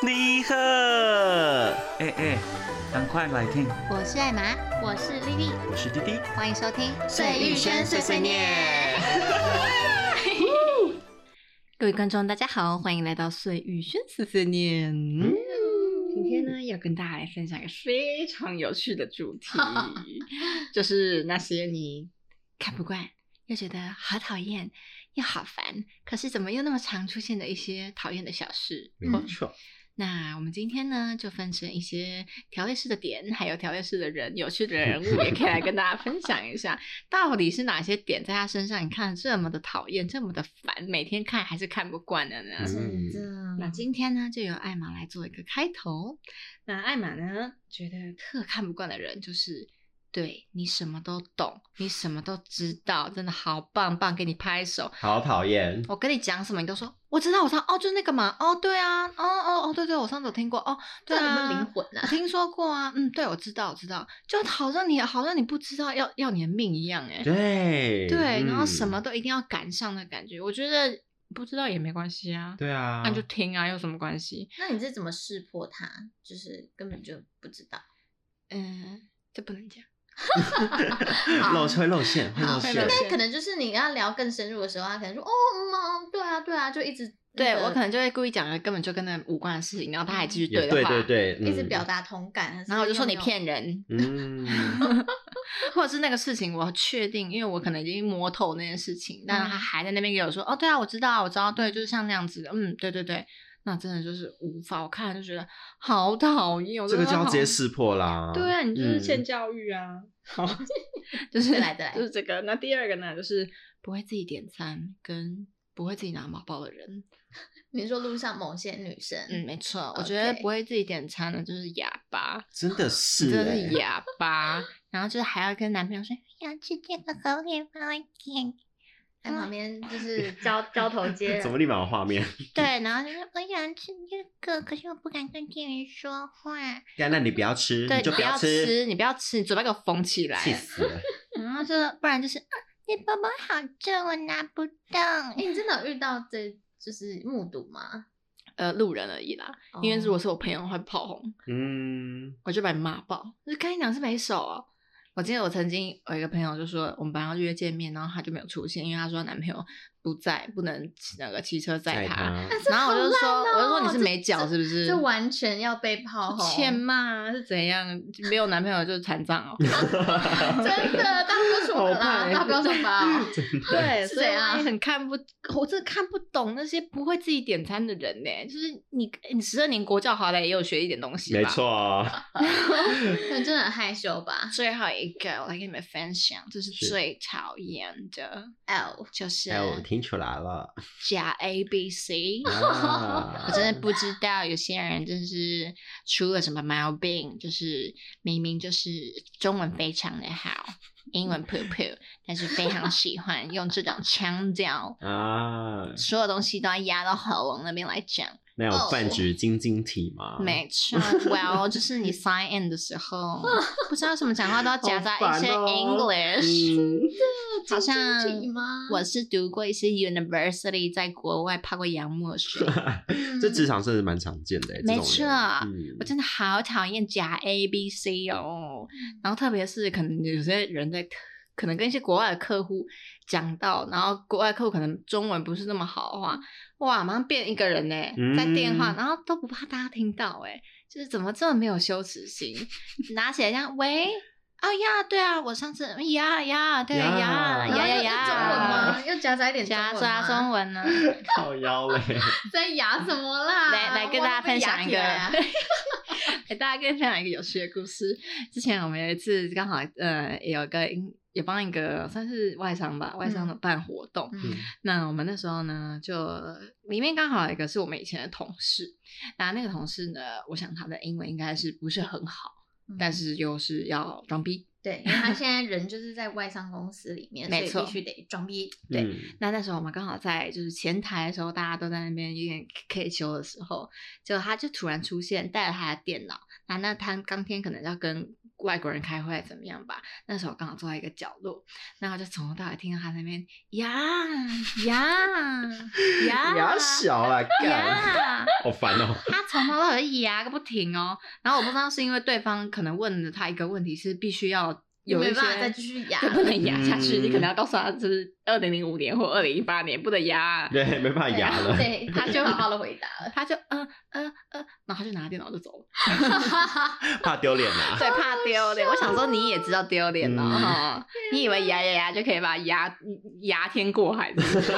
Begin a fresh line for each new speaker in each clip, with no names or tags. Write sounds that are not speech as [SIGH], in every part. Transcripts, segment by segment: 你好，哎哎，赶快来听，
我是艾玛，我是丽丽，
我是滴滴。
欢迎收听《
碎玉轩碎碎念》。
各位观众，大家好，欢迎来到《碎玉轩碎碎念》。嗯今天呢，要跟大家来分享一个非常有趣的主 [LAUGHS] 题，就是那些你看不惯又觉得好讨厌又好烦，可是怎么又那么常出现的一些讨厌的小事。
没嗯
错，
[LAUGHS] 那我们今天呢，就分成一些调味师的点，还有调味师的人，有趣的人物，也可以来跟大家分享一下， [LAUGHS] 到底是哪些点在他身上你看这么的讨厌，这么的烦，每天看还是看不惯的呢？
真
那
的，
今天呢，就由艾玛来做一个开头。那艾玛呢，觉得特看不惯的人就是对你什么都懂，你什么都知道，真的好棒棒，给你拍手。
好讨厌，
我跟你讲什么，你都说我知道，我知道，哦，就是那个嘛，哦，对啊，哦哦哦，对对，我上次有听过，哦，对
这有没
啊，
有灵魂
我
啊？ [LAUGHS]
听说过啊，嗯，对，我知道，我知道，就好像你好像你不知道要要你的命一样，哎，
对
对，然后
嗯
什么都一定要赶上的感觉，我觉得不知道也没关系啊，
对啊， [GASPS]
那你就听啊，有什么关系？
那你是怎么识破它？就是根本就不知道。
嗯，这不能讲。
露会露馅，会露
好啊会
馅
露，
那可能就是你跟他聊更深入的时候，他可能说哦，嗯啊，对啊，对啊，就一直
对
那个
我可能就会故意讲个根本就跟那无关的事情，然后他还继续
也
对
对
的话，
对对，
一直
嗯
表，达同感，还是
然后我就说
用
你
那种
骗人，
嗯，
[LAUGHS] 或者是那个事情我确定，因为我可能已经摸透那件事情，但是他还在那边给我说，哦，对啊，我知道，我知道，对，就是像那样子的，嗯，对对对，那真的就是无法，我看了就觉得好讨厌，我
这
真的
个就要
好
直接识破啦，
对啊，你就是欠
嗯
教育啊。好，就是
再来再来
就是这个。那第二个呢，就是不会自己点餐跟不会自己拿毛包的人。
你说路上某些女生，
嗯，没错，我觉得
OK
不会自己点餐的就是哑巴，
真的是，
真的
欸
是哑巴。然后就是还要跟男朋友说要去这个狗给帮我点，
在旁边
[LAUGHS]
就是交交头接耳，
怎么立马有画面？
对，然后就是我想吃这个，可是我不敢跟店员说话。
那那你不要吃，
对，
你就
你不要
吃，
吃，你不要吃，你嘴巴给我缝起来。
气死了，
然后就不然就是啊，你包包好重，我拿不
哎，
动。
你真的有遇到这就是目睹吗？
呃，路人而已啦，因为如果
哦
是我朋友的话会炮轰，
嗯，
我就把你骂爆。就是跟你讲是没手哦。我记得我曾经有一个朋友就说我们本来要约见面，然后他就没有出现，因为他说她男朋友不在，不能骑那个骑车载他。
他，
这
然后我就说，
好烂
我
哦
就说你是
这
没脚
这
是不是？
这完全要被炮轰，
欠骂啊是怎样？没有男朋友就是残障哦。 [LAUGHS]
真的，大家都说
好
我啦，
怕欸
大家不要说吧
[LAUGHS]
哦，
对，
是
所以
怎样
我也很看不，我真的看不懂那些不会自己点餐的人呢。就是你，你十二年国教好歹也有学一点东西吧。啊
没。错，哦
那真的很害羞吧
最后一个，我来跟你们分享，这是
是
最讨厌的，
？L，
就是
哎，我听出来了，
假 A B C。
啊
[LAUGHS] 我真的不知道，有些人真是出了什么毛病，就是明明就是中文非常的好，英文普普，但是非常喜欢用这种腔调，
啊，
所有东西都要压到喉咙那边来讲。
那有饭局晶晶体吗？
哦没错，Well，就是你 sign in 的时候，不知道什么讲话都要夹杂一些
[LAUGHS] 好烦哦
English，、
嗯
好像
经济体吗？
我是读过一些 university，在国外泡过洋墨水。
嗯
这职场甚至蛮常见的、欸，这种
嗯没
人
错
嗯
我真的好讨厌夹 A B C 哦，
嗯
然后特别是可能有些人在，可能跟一些国外的客户讲到，然后国外客户可能中文不是那么好的话，哇，马上变一个人呢，
嗯
在电话，然后都不怕大家听到，哎，就是怎么这么没有羞耻心，拿起来这样喂，哦呀，对啊，我上次呀呀，对
呀
呀呀
然后
呀
啊又
呀
是中文吗？又夹杂一点
夹
文吗
杂中文呢、
靠腰嘞，
在牙什么啦？
来来跟大家分享一个，
啊
[LAUGHS]
我要被牙起来啊
来大家跟分享一个有趣的故事。之前我们有一次刚好呃有个英也帮一个算是外商吧，外商的办活动。
嗯
那我们那时候呢，就里面刚好有一个是我们以前的同事，那那个同事呢，我想他的英文应该是不是很好，
嗯
但是又是要装逼。
对，因为他现在人就是在外商公司里面，所
没
以
错
必须得装逼。
对
嗯，
那那时候我们刚好在就是前台的时候，大家都在那边有点 K 修的时候，结果他就突然出现，带了他的电脑，那那他当天可能要跟外国人开会怎么样吧。那时候我刚好坐在一个角落，然后就从头到尾听到他那边呀呀
[LAUGHS]
呀
牙小啊，干，
呀，
好烦
[LAUGHS]
哦。
他从头到尾呀个不停哦。然后我不知道是因为对方可能问了他一个问题，是必须要
你
有一
没
些
办法再继续压
[LAUGHS]
对，不能压 [LAUGHS] 下去，
嗯
你可能要告诉他，就是二零零五年或二零一八年不能压。
对，没办法
对
牙了。
对，
他
他
就
就好好的回答
[LAUGHS]
了。 [LAUGHS]
他就呃呃呃，然后他就拿电脑就走了，
怕丢脸
[LAUGHS]
啊。
对，怕丢脸。我想说你也知道丢脸了
嗯
[LAUGHS] 哈，你以为牙牙牙就可以把牙牙天过海是不是？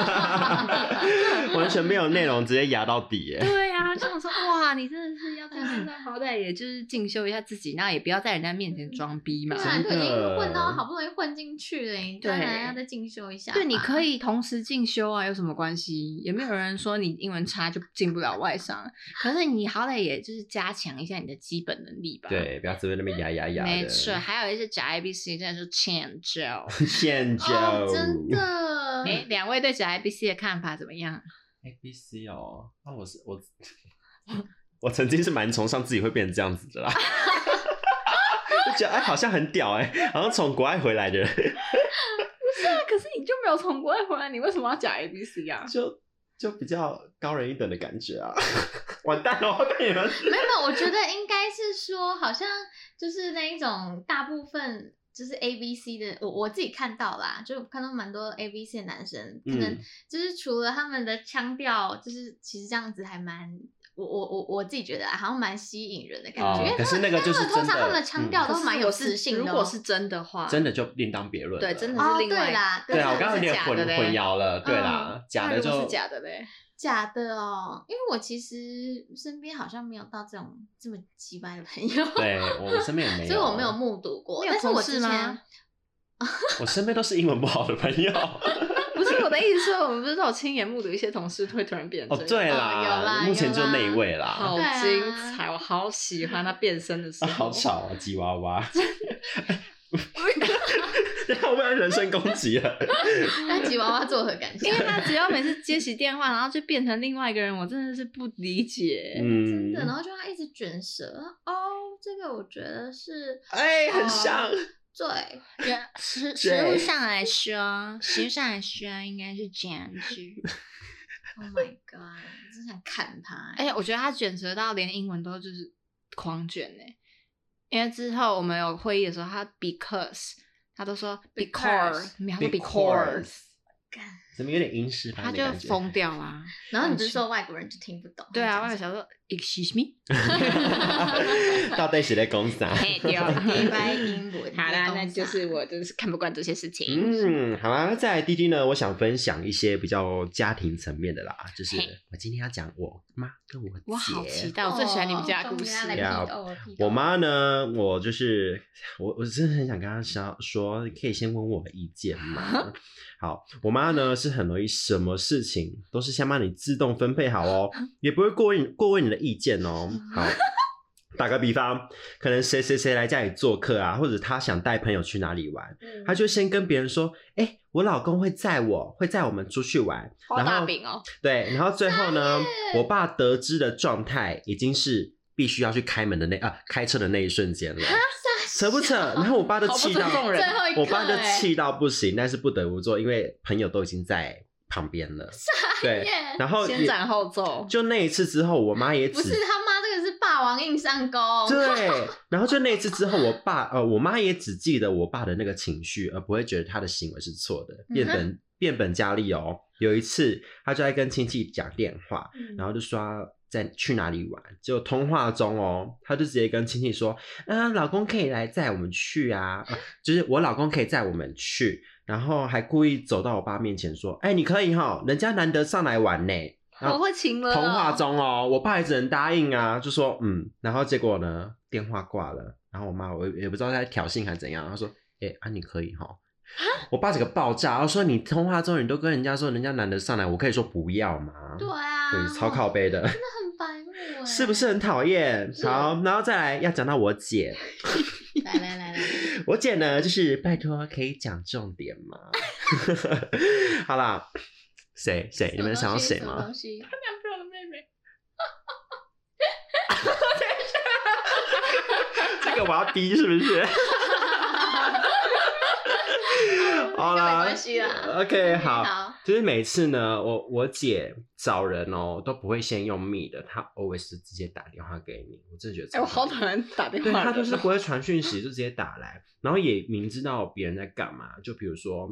完全没有内容，直接牙到底欸耶！
[LAUGHS] 对呀、啊，就想说哇，你真的是要在身上好歹也就是进修一下自己，那也不要在人家面前装逼嘛
不。然都已
真的
经混到好不容易混进去了，你当然要再进修一下吧。
对，你可以同时进修啊，有什么关系？也没有人说你英文差就进不了外商，可是你好歹也就是加强一下你的基本能力吧。，
对，不要随便那边牙牙牙的。
啊没错。还有一些假 A B C 真的是欠
[LAUGHS]
教。
现就
哦，真
[LAUGHS]
的。
哎，两位对假 A B C 的看法怎么样？
A B C 哦，那我
[LAUGHS]
是我，我曾经是蛮崇尚自己会变成这样子
[LAUGHS]
的啦，就觉得哎好像很屌哎、好像从国外回来的人，
可 [LAUGHS] 是你就没有从国外回来，你为什么要假 A B C 啊？
就就比较高人一等的感觉啊，完蛋了，我被你们
没有没有，我觉得应该是说，好像就是那一种大部分就是 A B C 的，我我自己看到啦，就看到蛮多 A B C 的男生，可能
嗯
就是除了他们的腔调，就是其实这样子还蛮。我我我我自己觉得啊好像蛮吸引人的感觉，
哦
因为
可是
他
那
们
个就是
因为通
真
常
的嗯
他们的腔调都蛮有磁性的哦、
如果是真的话，
真的就另当别论了，
对真的
哦，
另外
对啦，
对啊，我
真
刚刚有
的嗯是
点
假
混
的嘞
混淆了，对啦，假
那
的
如果
就是
假的嘞。
假的哦，因为我其实身边好像没有到这种这么鸡掰的朋友，
对我身边也没有，
[LAUGHS] 所以我没有目睹过。
你有
但是我
同事
之前 [LAUGHS]
吗 [LAUGHS]
我身边都是英文不好的朋友。
不是我的意思是，我们不是都有亲眼目睹一些同事会突然变
哦，
成这样
对
哦有啦
啦，目前就那一位啦
好。
对啊
精彩，我好喜欢他变身的
[LAUGHS]
时
啊，
候，
好吵啊，吉娃
[LAUGHS]
娃！ [LAUGHS] 然后我们要人身攻击了，
那吉娃娃作何感想？
因为他只要每次接起电话，然后就变成另外一个人，我真的是不理解。
嗯
真的，然后就他一直卷舌哦，这个我觉得是呃
哎，
哦
很像，
[LAUGHS] 对，，Oh
食
食物对
上来说，食物上来说应该是这样子。
，Oh my god，我真想砍他
哎
而且我觉得他卷舌到连英文都就是狂卷呢、因为之后我们有会议的时候，他 because 他都说
Because
because，没有他说 because，
怎么有点阴湿
他
版的
就
感觉？
疯掉啦。
然后你不是说外国人就听不懂？
对啊，
他
外
讲
面
什么
想说 excuse me，
[LAUGHS] 到底是在攻
[LAUGHS]
啥？ [LAUGHS]
嘿对啊，
黑白英文
好啦，那就是
啊
我就是看不惯这些事情。
嗯，好啦，那再来滴滴呢？我想分享一些比较家庭层面的啦，就是
嘿
我今天要讲我妈跟我姐。
我好期待，我最喜欢你们家的故事。
哦终于
呀
要来批斗了批斗
我妈呢，我就是我，我真的很想跟她想说，可以先问我的意见吗？ [LAUGHS] 好，我妈呢是很容易什么事情都是先帮你自动分配好哦，也不会过问过问你的意见哦。好，打个比方，可能谁谁谁来家里做客啊，或者她想带朋友去哪里玩，
嗯
她就先跟别人说，哎、我老公会载我，会载我们出去玩，
画
然
大
后
饼哦，
对，然后最后呢，我爸得知的状态已经是必须要去开门的那啊开车的那一瞬间了，扯不扯？然后我爸就
好不
气
尊
到，
重人
最。后一刻，
我爸就
哎
气到不行，但是不得不做，因为朋友都已经在旁边了。对，
耶
然后
先
也
斩后奏
就那一次之后，我妈也
不
只
是他妈，这个是霸王硬上弓，
对，然后就那一次之后，我爸呃，我妈也只记得我爸的那个情绪，而不会觉得他的行为是错的，变本变本加厉哦。有一次，他就在跟亲戚讲电话，然后就说他在去哪里玩，结果通话中哦，他就直接跟亲戚说，啊，老公可以来载我们去啊，呃就是我老公可以载我们去，然后还故意走到我爸面前说，哎、你可以哈，人家难得上来玩呢。然
我
后
会晴了。
通话中哦，我爸也只能答应啊，就说嗯，然后结果呢，电话挂了，然后我妈我也也不知道她在挑衅还是怎样，她说，哎、啊你可以哈，我爸整个爆炸，然后说你通话中你都跟人家说人家男的上来，我可以说不要吗？
对啊，
对，超靠背的，
真的很白
[LAUGHS]
目哎，
是不是？很讨厌？
是
好，然后再来要讲到我姐，
来来来来，
我姐呢就是拜托可以讲重点吗？ [LAUGHS] 好啦，谁谁 [LAUGHS] 你们想到谁
什么
吗？
东西？
男朋友的妹妹，
这个个我要逼是不是？ [LAUGHS] 好
那没
啦
关系啦。
，OK，好。
好，
就是每次呢，我我姐找人哦，都不会先用密的，她 always 是直接打电话给你。我真的觉得
哎、
超
我好
讨
讨
厌
厌打电
对
话的人哦。
他就是不会传讯息，就直接打来，然后也明知道别人在干嘛。就比如说，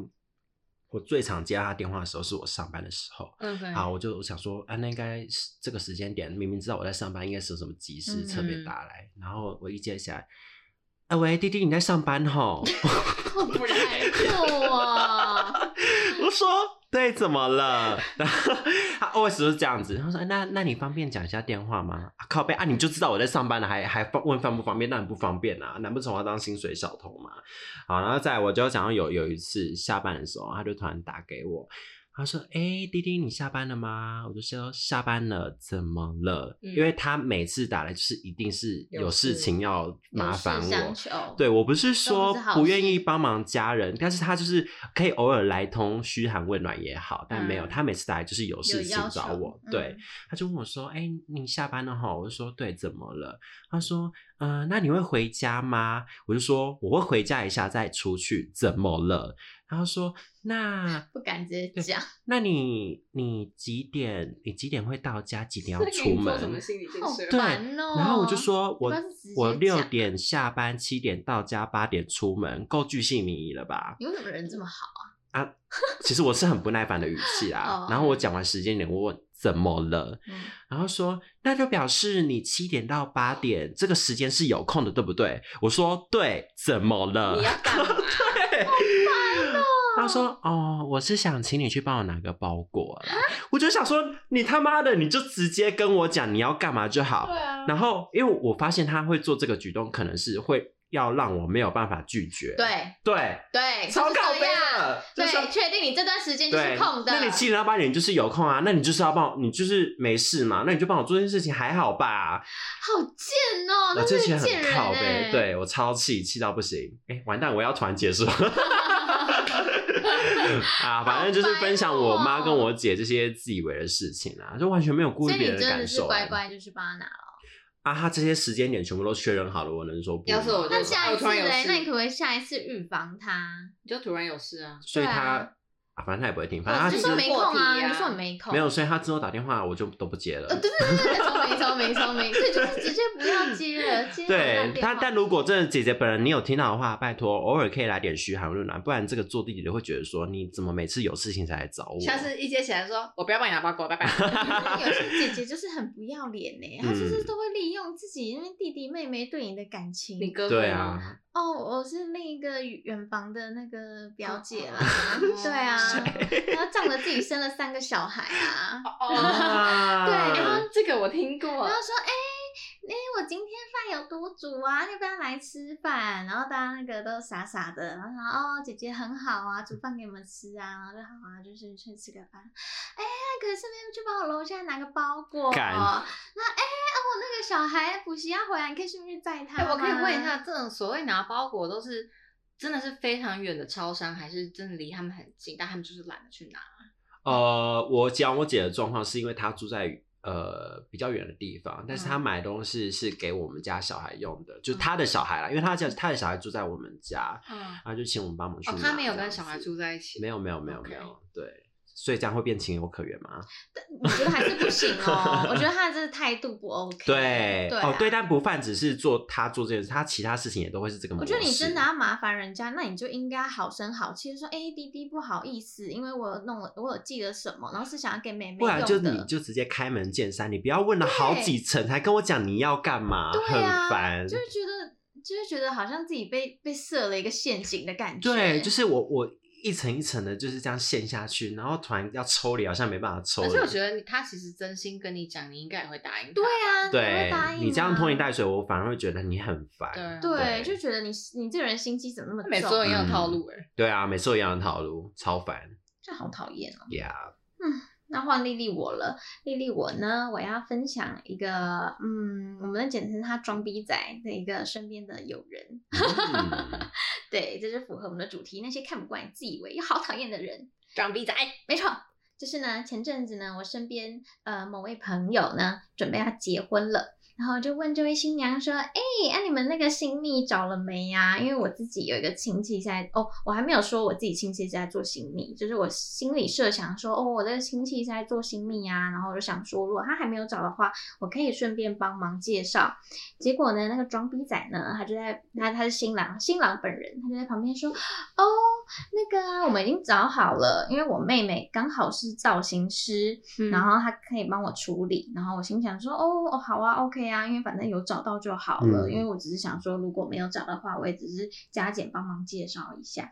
我最常接到他电话的时候是我上班的时候，
嗯，对
好，我就我想说，啊，那应该是这个时间点，明明知道我在上班，应该是有什么急事特别
嗯
打来，然后我一接起来，啊喂，弟弟你在上班吼？ [LAUGHS]
不然
酷哦，
[LAUGHS] 我说对，怎么了？ [LAUGHS] 然后他 always 都是这样子，他说哎那那你方便讲一下电话吗？啊、靠背啊，你就知道我在上班了，还还方问方不方便？那很不方便啊，难不成我要当薪水小偷吗？好，然后再来我就讲到有有一次下班的时候，他就突然打给我。他说：“哎、滴滴，你下班了吗？”我就说：“下班了，怎么了？”
嗯
因为他每次打来就是一定是
有
有事
事
情要麻烦
有事
我
相，求，
对我不是
都
说
不是好
不愿意
事
帮忙家人，但是他就是可以偶尔来通嘘寒问暖也好，但没有、
嗯
他每次来就是有
有
事情
要求
找我，
嗯
对，他就问我说：“哎、你下班了哈？”我就说：“对，怎么了？”他说：“嗯、那你会回家吗？”我就说：“我会回家一下再出去，怎么了？”然后说：“那
[LAUGHS] 不敢直接
对
讲，
那你你几点？你几点会到家？几点
这
要
个
出
你做
门？”
什么心理建
好
设？
对
烦哦。
然后我就说我
你不要直接
我六
讲啊
点下班，七点到家，八点出门，够巨细靡遗了吧？
你为什么人这么好？
啊，其实我是很不耐烦的语气啊
哦。
然后我讲完时间点，我问怎么了，
嗯，
然后说那就表示你七点到八点这个时间是有空的，对不对？我说对，怎么了？
你要干嘛？
对，他说：“哦，我是想请你去帮我拿个包裹啦。”我就想说，你他妈的，你就直接跟我讲你要干嘛就好。
啊
然后，因为我发现他会做这个举动，可能是会要让我没有办法拒绝。
对
对，
对，
超
就是
靠
这
背
样
了，就像
对，确定你这段时间就
对
是空的。
那你七点到八点就是有空啊，那你就是要帮我，你就是没事嘛，那你就帮我做这件事情，还好吧？
好贱哦，
我
那
之
真
前
的
很
贱人
靠
哎、
背，对我超气，气到不行。哎，完蛋，我要团结束 [LAUGHS]
[LAUGHS]
啊！反正就是分享我妈跟我姐这些自以为的事情啊，就完全没有顾
哦所
虑
以
别
你
人的
真的
感
是
受、欸
乖乖就去帮他拿了。
啊，她这些时间点全部都确认好了，我能说不吗？
要是我就
那下一次
突然有
嘞
事？
那你可不可以下一次预防他？
你就突然有事啊？
所以
对
她
啊
啊反正她也不会听，反正
啊
她
你
只
就是说没空
破
啊，
题啊
你就说我没空。
没有，所以她之后打电话我就都不接了。
呃，对对对，对没错没错没错，这就是直接不要接了，接了
对
烂电话
他，但如果真的姐姐本人你有听到的话，拜托偶尔可以来点嘘寒问暖，不然这个做弟弟的会觉得说你怎么每次有事情才来找我。
下次一接起来说，我不要帮你拿包裹，
[LAUGHS]
拜拜。
但是有些姐姐就是很不要脸呢、她就是都会利用自己因为弟弟妹妹对你的感情。
你哥
对
会吗
啊，
哦，我是另一个远房的那个表姐啦， [LAUGHS]
哦
对啊， [LAUGHS] 然后仗着自己生了三个小孩啊， [LAUGHS]
哦，
对
啊，这个我听
然
过
后。说，哎、哎、我今天饭有多煮啊，要不要来吃饭？然后大家那个都傻傻的，然后说，哦，姐姐很好啊，煮饭给我们吃啊，然后就好啊，就是去吃个饭。哎、那个顺便去帮我楼下拿个包裹。
干
那哎、啊，我那个小孩补习要回来，你可以顺便去载他、
哎、我可以问一，下，这种所谓拿包裹都是真的是非常远的超商，还是真的离他们很近，但他们就是懒得去拿？
呃，我讲我姐的状况是因为她住在呃比较远的地方，但是
嗯
她买东西是给我们家小孩用的，就她的小孩啦，因为她家她的小孩住在我们家，
嗯，
然后就请我们帮忙去
哦
拿，这
他
样子。
没有跟小孩住在一起，
没有没有没有
OK
没有，对，所以这样会变情有可原
[LAUGHS]
吗？
我觉得还是不行 [LAUGHS] 哦，我觉得他这态度不 OK。
对，
对、啊
哦，对，。但不犯只是做他做这件事，他其他事情也都会是这个模
我
式。
觉得你真的要麻烦人家，那你就应该好声好气地说：“哎、弟弟，不好意思，因为我有弄了，我有寄了什么，然后是想要给妹妹
不
用
然
的。”
就你就直接开门见山，你不要问了好几层才跟我讲你要干嘛，
对啊
很烦
就。是觉得，就是觉得好像自己被被设了一个陷阱的感觉。
对，就是我我一层一层的就是这样陷下去，然后突然要抽离，好像没办法抽
而
离
且。我觉得你他其实真心跟你讲，你应该也会答应他。
对啊，你会
对
答应
你这样
吗
拖泥带水，我反而会觉得你很
对
烦。
啊
对，
对
就觉得你你这个人心机怎么那么
他
重？啊
每次都一样的套
嗯
路哎、欸
对啊，每次都一样的套路，超烦。
这好讨厌哦。
Yeah， [LAUGHS]
那换丽丽我了，丽丽我呢，我要分享一个，嗯，我们简称他装逼仔的一个身边的友人，
嗯
对，这就符合我们的主题，那些看不惯、自以为又好讨厌的人，
装逼仔，
没错。就是呢，前阵子呢，我身边呃某位朋友呢，准备要结婚了，然后就问这位新娘说：“哎、那、你们那个新密找了没呀、因为我自己有一个亲戚现在，哦，我还没有说我自己亲戚是在做新密，就是我心里设想说，哦，我这个亲戚是在做新密啊，然后我就想说，如果他还没有找的话，我可以顺便帮忙介绍。结果呢，那个装逼仔呢，他就在他他是新郎，新郎本人，他就在旁边说，哦，那个啊，我们已经找好了，因为我妹妹刚好是造型师，
嗯
然后她可以帮我处理。然后我心想说，哦哦，好啊，OK 啊，因为反正有找到就好了。
嗯
因为我只是想说，如果没有找的话，我也只是加减帮忙介绍一下。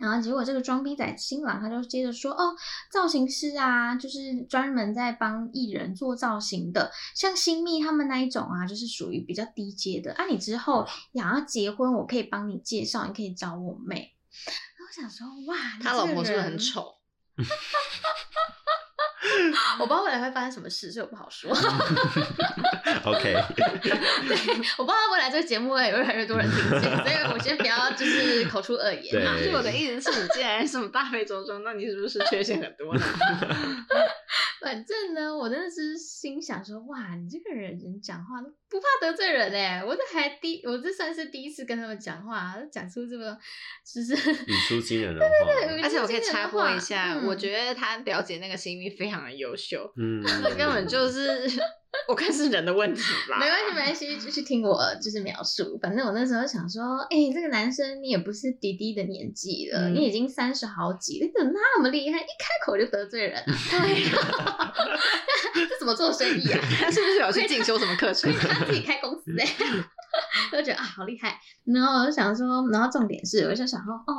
然后结果这个装逼仔新郎他就接着说，哦，造型师啊，就是专门在帮艺人做造型的，像新密他们那一种啊，就是属于比较低阶的。啊，你之后想要结婚，我可以帮你介绍，你可以找我妹。然后我想说，哇，你
他
这
老
个
婆是不是很
人
丑？
我不知道未来会发生什么事，所以我不好说。
OK， [LAUGHS]
对，我不知道未来这个节目会有越来越多人听见，所以我先不要就是口出恶言啊
啊
嘛。
对
是我的意思是你既然什么大费周章，那你是不是缺陷很多
[LAUGHS]
呢？
反正呢，我真的是心想说，哇，你这个人人讲话都不怕得罪人哎、我这还第，我这算是第一次跟他们讲话，讲出这么就是 [LAUGHS]
语出惊人的话，
对
而且我可以插播一下，
嗯
我觉得他了解那个新密非常的优秀，
嗯，
那根本就是
[LAUGHS]
我看是人的问题吧。
没关系，没关系，就是听我就是描述。反正我那时候想说，哎、这个男生你也不是滴滴的年纪了，
嗯
你已经三十好几，你怎么那么厉害？一开口就得罪人、啊， [LAUGHS] 对啊， [LAUGHS] 这怎么做生意啊？
[LAUGHS]
他是不是有去进修什么课
所
程
以？他自己开公司哎、 [LAUGHS] 就觉得啊好厉害。然后我就想说，然后重点是，我就想说，哦，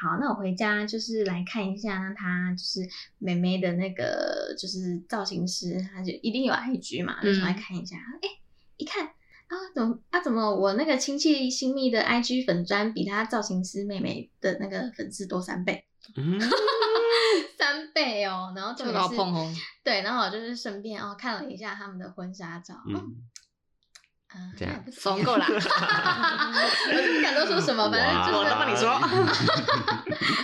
好，那我回家就是来看一下他就是妹妹的那个就是造型师，他就一定有 IG 嘛，就想来看一下。哎、一看。啊，怎么啊？怎么我那个亲戚新密的 IG 粉砖比他造型师妹妹的那个粉丝多三倍，
嗯
[LAUGHS] 三倍哦。然后
这
重
个
点
老
是，
碰红，
对，然后我就是顺便哦看了一下他们的婚纱照，嗯，
嗯，
嗯
这样
怂够啦。
[LAUGHS] 我真不敢多说什么，反正
哇
就
我
是
来帮你
[LAUGHS]
说，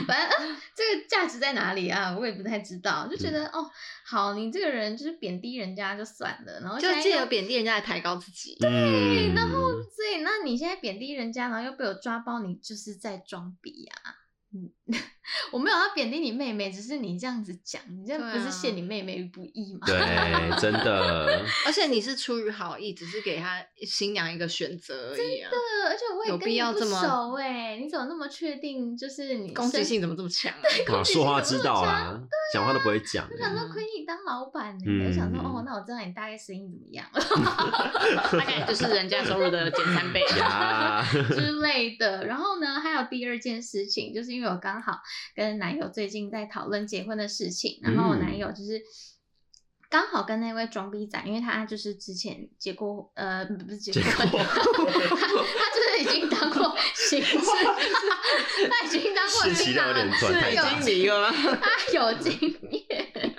反正、呃这个价值在哪里啊？我也不太知道，
嗯
就觉得、哦，好，你这个人就是贬低人家就算了，然后
就
现在
借
又
由贬低人家来抬高自己。
对
然后所以那你现在贬低人家，然后又被我抓包，你就是在装逼呀、啊。嗯， [LAUGHS] 我没有要贬低你妹妹，只是你这样子讲，你这
对
不是
啊
陷你妹妹于不义吗？
对，真
[LAUGHS]
的，
而且你是出于好意，只是给他新娘一个选择而已啊。
对，呃而且我也
有
跟
必
你
要
不
这么
熟哎、你怎么那么确定？就是你
攻击
身
性怎么这么强啊？
哇，说话知道啦，讲话都不会讲
我，想说
嗯
亏你当老板呢、
嗯
我想说哦，那我知道你大概生意怎么样了
大概就是人家收入的减三倍。
[LAUGHS]
啊
呀，
[LAUGHS] 之类的。然后呢，还有第二件事情，就是因为我刚好跟男友最近在讨论结婚的事情，然后我
嗯
男友就是。刚好跟那位装逼仔，因为他就是之前结过呃不不是结过婚， [LAUGHS]
结过
他他就是已经当过刑事， [LAUGHS] 他已经当过
世奇
新郎
让有
了，
点转太
有
大，
迷了吗？
[LAUGHS] 他有经验，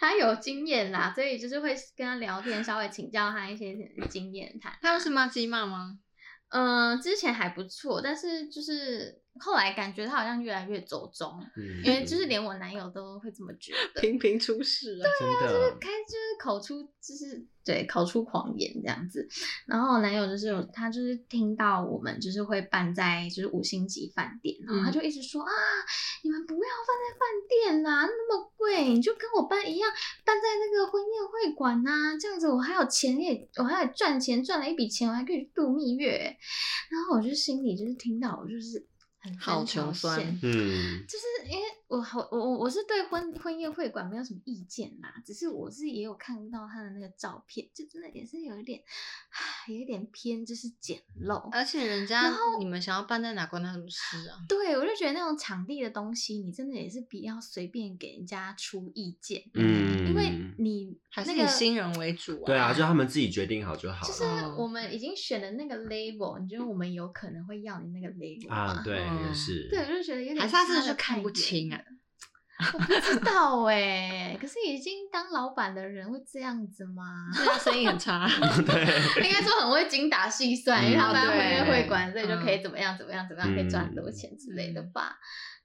他有经验啦，所以就是会跟他聊天，稍微请教他一些经验谈。 [LAUGHS]
他们是骂鸡骂吗？
嗯、之前还不错，但是就是后来感觉他好像越来越走中，
嗯
因为就是连我男友都会这么觉得，
频频出事啊！
真的
开就是口出就是对口出狂言这样子。然后我男友就是有他就是听到我们就是会办在就是五星级饭店，然后
嗯
他就一直说、啊，你们不要办在饭店呐、那么贵，你就跟我办一样，办在那个婚宴会馆呐、这样子我还有钱也我还有赚钱赚了一笔钱，我还可以去度蜜月欸。然后我就心里就是听到我就是很三
好
条
穷酸
线
嗯，
就是因为我好我我我是对婚婚宴会馆没有什么意见啦，只是我是也有看到他的那个照片，就真的也是有一点，唉有一点偏就是简陋。
而且人家
然后
你们想要办在哪关他什么事啊？
对，我就觉得那种场地的东西，你真的也是比较随便给人家出意见，
嗯
因为你
还是
那
以
个
新人为主啊？
对啊，就他们自己决定好就好
就是
了
嗯
我们已经选的那个 label，你觉得我们有可能会要你那个 label
啊，
吗？
对，也
嗯
是，
对，我就觉得有点
还是他真的
差得
是
太
看不
远
清啊
了？我不知道哎、 [LAUGHS] 可是已经当老板的人会这样子吗？ [LAUGHS]
对啊，生意很差。
应该说很会精打细算，因为
嗯
他办婚
对
宴会馆，所以就可以
嗯
怎么样怎么样怎么样，可以赚很多钱之类的吧。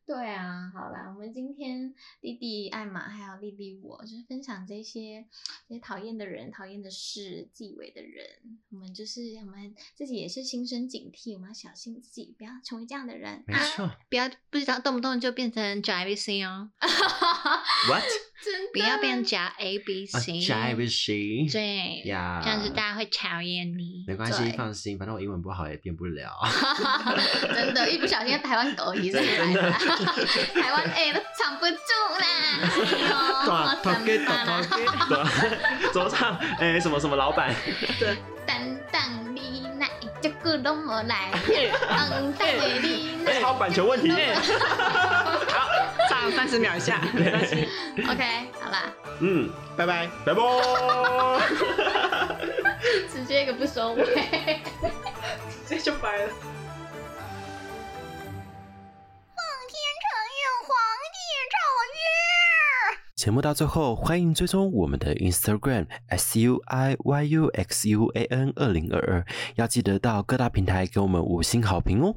对啊，好啦，我们今天弟弟艾玛还有丽丽我，就是分享这些这些讨厌的人、讨厌的事、纪委的人，我们就是我们自己也是心生警惕，我们要小心自己，不要成为这样的人。
没错
不要不知道动不动就变成假 A B C 哦，
[LAUGHS]
，What 啊
真的
不要变假 A B
a
C，
jive is she？
对，
呀，
这样子大家会讨厌你。
没关系，
对
放心，反正我英文不好也变不
[LAUGHS]
了。
真的，一不小心台湾狗一上来了，台湾哎、都藏不住啦，哎呦，
大
怎
头给
么办
大
啊？
头给，对走上哎什么什么老
[LAUGHS]
板，
等等你来，这个都没来，等等的你
哎
来。
好版权问题，
上三十秒一下，没关系。
OK，好啦，
嗯，拜拜，拜拜。
直接一个不收尾。
这就白了。
[LAUGHS] 节目到最后，欢迎追踪我们的 Instagram S U I Y U X U A N 二零二二，要记得到各大平台给我们五星好评哦。